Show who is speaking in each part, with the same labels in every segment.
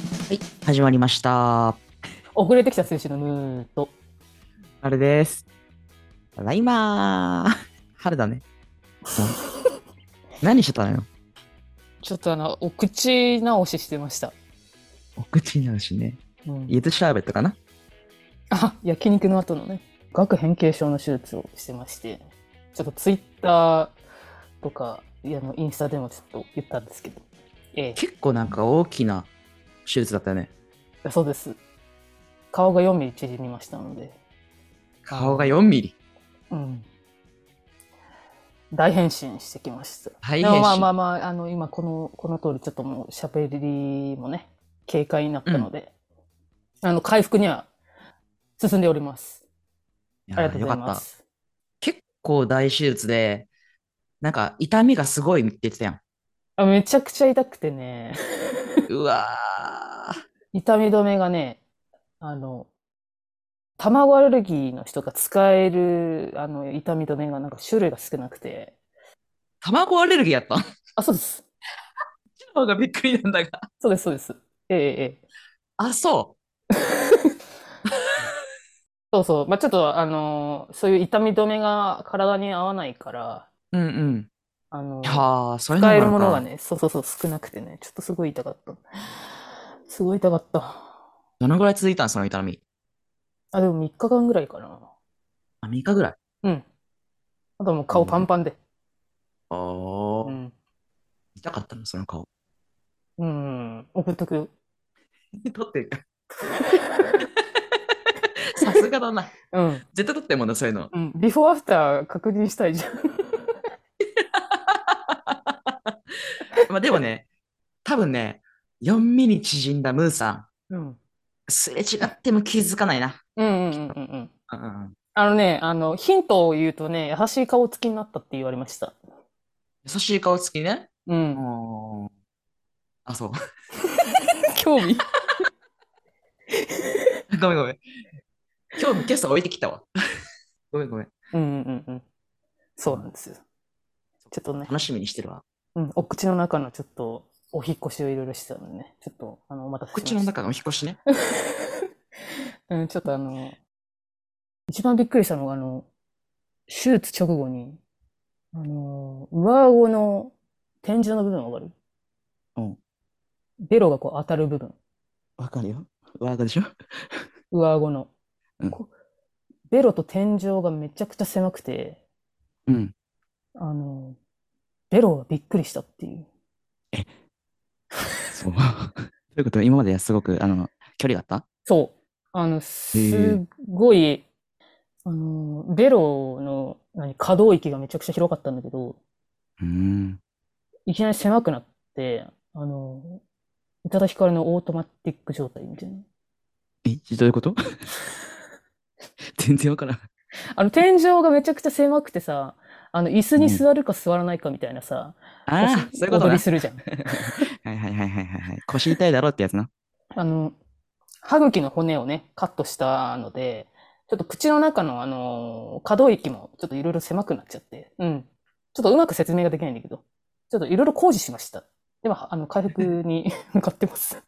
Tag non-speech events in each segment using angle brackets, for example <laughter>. Speaker 1: はい、始まりました。
Speaker 2: 遅れてきた選手のムーと。
Speaker 1: あれです。ただいまー。春
Speaker 2: <laughs>
Speaker 1: だね。何してたのよ。
Speaker 2: ちょっとあの、お口直ししてました。
Speaker 1: お口に合うしね。
Speaker 2: うん
Speaker 1: ゆずシャーベットかな
Speaker 2: あ、 <laughs> 焼肉の後のね、顎変形症の手術をしてまして、ちょっとツイッターとか、いやあのインスタでもちょっと言ったんですけど、え
Speaker 1: 結構なんか大きな手術だったよね。
Speaker 2: え、そうです。顔が4ミリ縮みましたので、
Speaker 1: 顔が4ミリ。
Speaker 2: うん。大変身してきました。
Speaker 1: 大
Speaker 2: で
Speaker 1: 変
Speaker 2: もまあまあ
Speaker 1: 身。
Speaker 2: まあ、あの、今この、この通りちょっともう喋りもね、軽快になったので、あの、回復には進んでおります。
Speaker 1: い
Speaker 2: あ
Speaker 1: や
Speaker 2: りがとうござい
Speaker 1: よか
Speaker 2: ま
Speaker 1: った。
Speaker 2: す。
Speaker 1: 結構大手術で、なんか痛みがすごいって言って
Speaker 2: <laughs>
Speaker 1: たやん。
Speaker 2: あめちゃくちゃ痛くてね、 <laughs>
Speaker 1: うわー。
Speaker 2: 痛み止めがね、あの、卵アレルギーの人が使える、あの、痛み止めがなんか種類が少なくて、
Speaker 1: 卵アレルギーやった。こっ
Speaker 2: あ、そうです。
Speaker 1: ちの方がびっくりなんだが。
Speaker 2: そうです、そうです。ええ、ええ。
Speaker 1: あ、そ
Speaker 2: そうそう。まあ、ちょっと、あの、そういう痛み止めが体に合わないから、
Speaker 1: う。うんうん。
Speaker 2: あの、
Speaker 1: いやー、そういうの
Speaker 2: 使
Speaker 1: もあ
Speaker 2: え
Speaker 1: る
Speaker 2: るもの
Speaker 1: か
Speaker 2: がね、そうそうそう、少なくてね、ちょっとすごい痛かった。すごい痛かった。
Speaker 1: どのぐらい続いたんその痛み。
Speaker 2: あ、でも3日間ぐらいかな。
Speaker 1: あ、3日ぐらい。
Speaker 2: うん。あともう顔パンパンで。
Speaker 1: お
Speaker 2: う
Speaker 1: ー。
Speaker 2: ん。
Speaker 1: 痛かったの、その顔。
Speaker 2: うん。送っとく。
Speaker 1: 撮 <laughs> ってるか。さすがだな。
Speaker 2: うん。
Speaker 1: 絶対撮ってるもんな、そういうの。
Speaker 2: うん。ビフォーアフター確認したいじゃん。
Speaker 1: まあでもね、多分ね、4ミリ縮んだムーさん、
Speaker 2: うん。
Speaker 1: すれ違っても気づかないな。
Speaker 2: うんうんうんうんうん。
Speaker 1: うんうん、
Speaker 2: あのね、あの、ヒントを言うとね、優しい顔つきになったって言われました。
Speaker 1: 優しい顔つきね。
Speaker 2: う。
Speaker 1: うんんあ、そう。 <laughs>
Speaker 2: 興味
Speaker 1: ごめんごめん。今日の今朝置いてきたわ。ごめんごめん。
Speaker 2: うんうんうんうん。そうなんですよ。ちょっとね。
Speaker 1: 楽しみにしてるわ。
Speaker 2: うん、お口の中のちょっとお引っ越しをいろいろしてたのでね、ちょっとあのお待たせし
Speaker 1: 口
Speaker 2: ま
Speaker 1: の
Speaker 2: した。
Speaker 1: 中のお引っ越しね。
Speaker 2: うん、ちょっとあの、一番びっくりしたのがあの、手術直後に、あの、上顎の天井の部分わかる
Speaker 1: うん。
Speaker 2: ベロがこう当たる部分、
Speaker 1: わかるよ。わかるでしょ
Speaker 2: 上顎の。
Speaker 1: うん
Speaker 2: こベロと天井がめちゃくちゃ狭くて、
Speaker 1: うん。
Speaker 2: あの、ベロがびっくりしたっていう。
Speaker 1: そう。 <laughs> ということは、今まですごく、あの、距離があった
Speaker 2: そう。あの、すっごい、あの、ベロの、何、可動域がめちゃくちゃ広かったんだけど、
Speaker 1: うん。
Speaker 2: いきなり狭くなって、あの、宇多田ヒカルのオートマティック状態みたいな。
Speaker 1: え、どういうこと <laughs> 全然わからん。
Speaker 2: あの、天井がめちゃくちゃ狭くてさ、あの、椅子
Speaker 1: う
Speaker 2: に
Speaker 1: ん
Speaker 2: 座るか座らないかみたいなさ、
Speaker 1: ああ、
Speaker 2: お
Speaker 1: そういうこと
Speaker 2: 踊
Speaker 1: ね
Speaker 2: り。するじゃん。
Speaker 1: はいはいはいはいはいはい。腰痛いだろってやつな。
Speaker 2: あの、歯茎の骨をね、カットしたので、ちょっと口の中の、あの、可動域もちょっといろいろ狭くなっちゃって、うん。ちょっとうまく説明ができないんだけど、ちょっといろいろ工事しました。では、あの、回復に向かってます。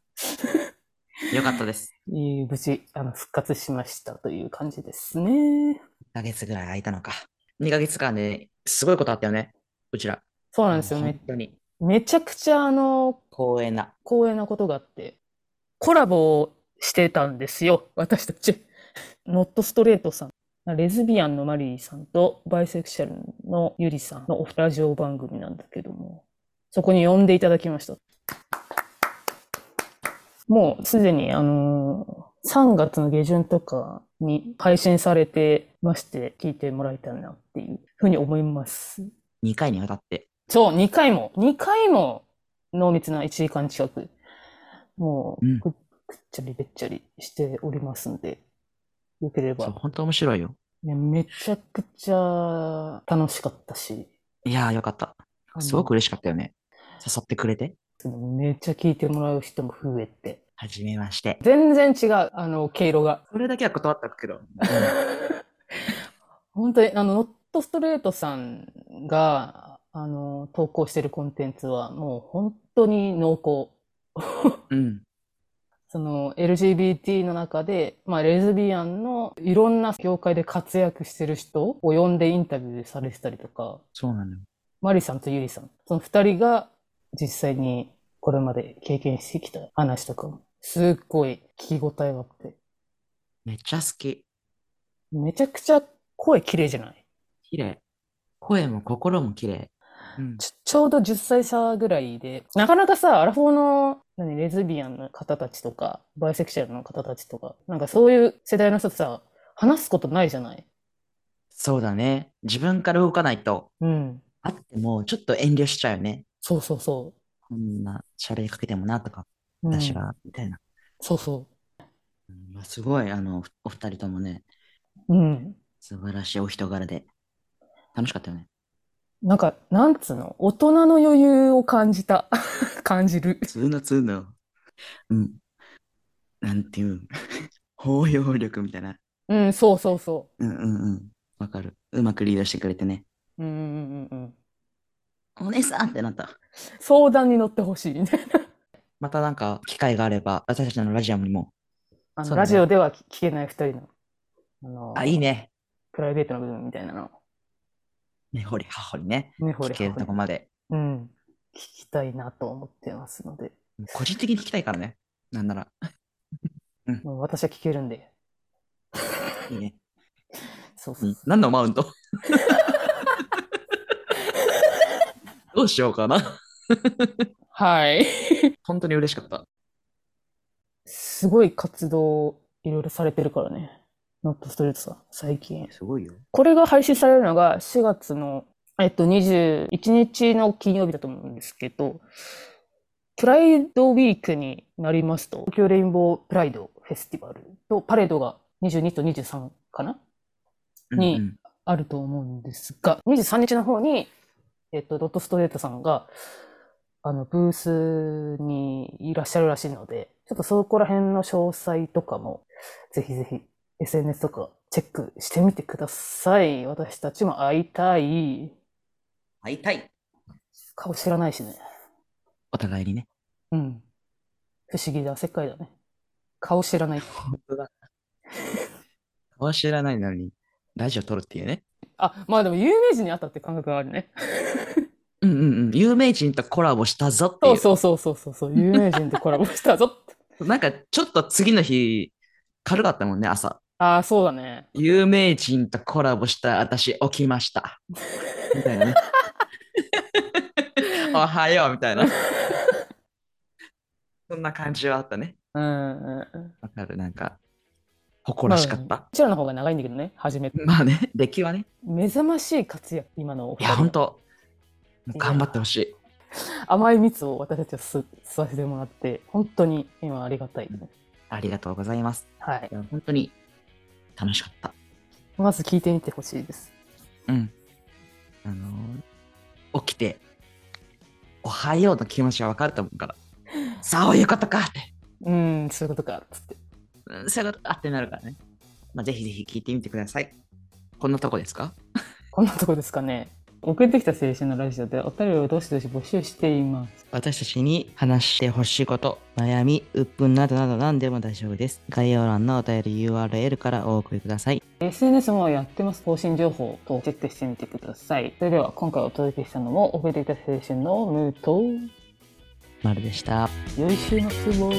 Speaker 1: よかったです。
Speaker 2: <laughs> いい無事、あの、復活しましたという感じですね。
Speaker 1: 1ヶ月ぐらい空いたのか。2ヶ月間で、すごいことあったよね。うちら。
Speaker 2: そう
Speaker 1: そ
Speaker 2: なんですよね
Speaker 1: 本。当に
Speaker 2: めちゃくちゃ、あの、
Speaker 1: 光栄な。
Speaker 2: 光栄なことがあって、コラボをしてたんですよ、私たち。 <laughs> ノットストレートさん。レズビアンのマリーさんと、バイセクシャルのユリさんのオフラジオ番組なんだけども、そこに呼んでいただきました。もうすでに、あのー3月の下旬とかに配信されてまして、聞いてもらいたいなっていうふうに思います。
Speaker 1: 2回にわたって。
Speaker 2: そう、2回も、2回も濃密な1時間近く、も
Speaker 1: うん
Speaker 2: う、くくっちゃりべっちゃりしておりますんで、よけれ
Speaker 1: そう、
Speaker 2: ば。
Speaker 1: 本当面白いよ。
Speaker 2: いや、めちゃくちゃ楽しかったし、
Speaker 1: いやーよかった。
Speaker 2: あの
Speaker 1: すごく嬉しかったよね。誘ってくれて。
Speaker 2: めっちゃ聞いてもらう人も増えて、
Speaker 1: はじめまして。
Speaker 2: 全然違う、あの、毛色が。
Speaker 1: それだけは断ったけど。
Speaker 2: 本当に、あの、ノットストレートさんが、あの、投稿してるコンテンツは、もう本当に濃厚。
Speaker 1: うん。
Speaker 2: そその LGBT の中で、まあ、レズビアンのいろんな業界で活躍してる人を呼んでインタビューされてたりとか、
Speaker 1: そうなのよ。
Speaker 2: マリさんとユリさん、その二人が実際にこれまで経験してきた話とかも、すっごい聞き応えがあって、
Speaker 1: めっちゃ好き。
Speaker 2: めちゃくちゃ声綺麗じゃない
Speaker 1: 綺麗。声も心も綺麗。うん。
Speaker 2: ちょ、ちょうど10歳差ぐらいで、なかなかさ、アラフォーの、何、レズビアンの方たちとか、バイセクシャルの方たちとか、なんかそういう世代の人とさ、話すことないじゃない
Speaker 1: そうだね。自分から動かないと、
Speaker 2: うん。
Speaker 1: あってもちょっと遠慮しちゃうよね。
Speaker 2: そうそうそ
Speaker 1: こんな喋りかけてもなとか、
Speaker 2: う。うん
Speaker 1: 私は、みたいな。
Speaker 2: そうそ
Speaker 1: うんまあ、すごい、あの、お二人ともね、
Speaker 2: う。うん。
Speaker 1: 素晴らしいお人柄で、楽しかったよね。
Speaker 2: なんか、なんつうの、大人の余裕を感じた。 <laughs> 感じる。
Speaker 1: つうのつうの。うん。なんていうん。 <laughs> 包容力みたいな。
Speaker 2: うん、そうそうそ
Speaker 1: うんうんうん。わかる。うまくリードしてくれてね。
Speaker 2: う。うんうんうんうん。
Speaker 1: お姉さんってなった。
Speaker 2: 相談に乗ってほしいね。
Speaker 1: またなんか機会があれば、私たちのラジアムにも。
Speaker 2: <laughs> あの、
Speaker 1: そうだね
Speaker 2: ラジオでは聞聞けない二人の、あの、
Speaker 1: あ、いいね。
Speaker 2: プライベートの部分みたいなの。
Speaker 1: ねほりはほりね。
Speaker 2: ね、ほ
Speaker 1: 聞
Speaker 2: れ
Speaker 1: けるとこまで。
Speaker 2: うん。聞きたいなと思ってますので、
Speaker 1: 個人的に聞きたいからね。なんなら。
Speaker 2: もう私は聞けるんで。
Speaker 1: いいね。
Speaker 2: そうそううん
Speaker 1: 何のマウン <laughs> トどうしようかな。
Speaker 2: はい。
Speaker 1: 本当に嬉しかった。
Speaker 2: すごい活動いろいろされてるからね。ノットストレートさん、最近。
Speaker 1: すごいよ。
Speaker 2: これが配信されるのが4月の、えっと、21日の金曜日だと思うんですけど、プライドウィークになりますと、東京レインボープライドフェスティバルとパレードが22と23かなに
Speaker 1: うん
Speaker 2: あると思うんですが、23日の方に、えっと、ドットストレートさんが、あの、ブースにいらっしゃるらしいので、ちょっとそこら辺の詳細とかも、ぜひぜひ、SNS とかチェックしてみてください。私たちも会いたい。
Speaker 1: 会いたい。
Speaker 2: 顔知らないしね。
Speaker 1: お互いにね。
Speaker 2: うん。不思議な世界だね。顔知らない。
Speaker 1: 本当だ。顔知らないのに、ラジオ撮るっていうね。
Speaker 2: あ、まあでも有名人に会ったって感覚があるね。
Speaker 1: うんうんうん。有名人とコラボしたぞってい。
Speaker 2: そううそうそうそうそうそう、有名人とコラボしたぞって。
Speaker 1: なんか、ちょっと次の日、軽かったもんね、朝。
Speaker 2: <laughs> ああ、そうだね。
Speaker 1: 有名人とコラボした私、起きました。みたいな <laughs> ね。おはよう、みたいな。 <laughs> そんな感じはあったね。
Speaker 2: うんうんうん。
Speaker 1: わかる、なんか、誇らしかっ
Speaker 2: まあ
Speaker 1: た。
Speaker 2: うちらの方が長いんだけどね、初めて。
Speaker 1: まあね、出来はね。
Speaker 2: 目覚ましい活躍、今のお
Speaker 1: い
Speaker 2: 二人
Speaker 1: や、ほんと、もう頑張ってほしい。
Speaker 2: 甘い蜜を私たちは吸吸わせてもらって、本当に今ありがたい。
Speaker 1: ありがとうございます。
Speaker 2: はい
Speaker 1: い。や本当に楽しかった。
Speaker 2: まず聞いてみてほしいです。
Speaker 1: うん。あのー起きて、おはようの気持ちはわかると思う <laughs> から。そういうことかって。
Speaker 2: うん、そういうことか、つって。
Speaker 1: うんそういうことかってなるからね。まあ、ぜひぜひ聞いてみてください。こんなとこですか
Speaker 2: こんなとこですかね。送ってきた青春のラジオでお便りをどしどし募集しています。
Speaker 1: 私たちに話してほしいこと、悩み、鬱憤などなど何でも大丈夫です。概要欄のお便り URL からお送りください。
Speaker 2: SNS もやってます。更新情報をチェックしてみてください。それでは今回お届けしたのも、おめでた青春のムーと、
Speaker 1: まるでした。
Speaker 2: よい週末を。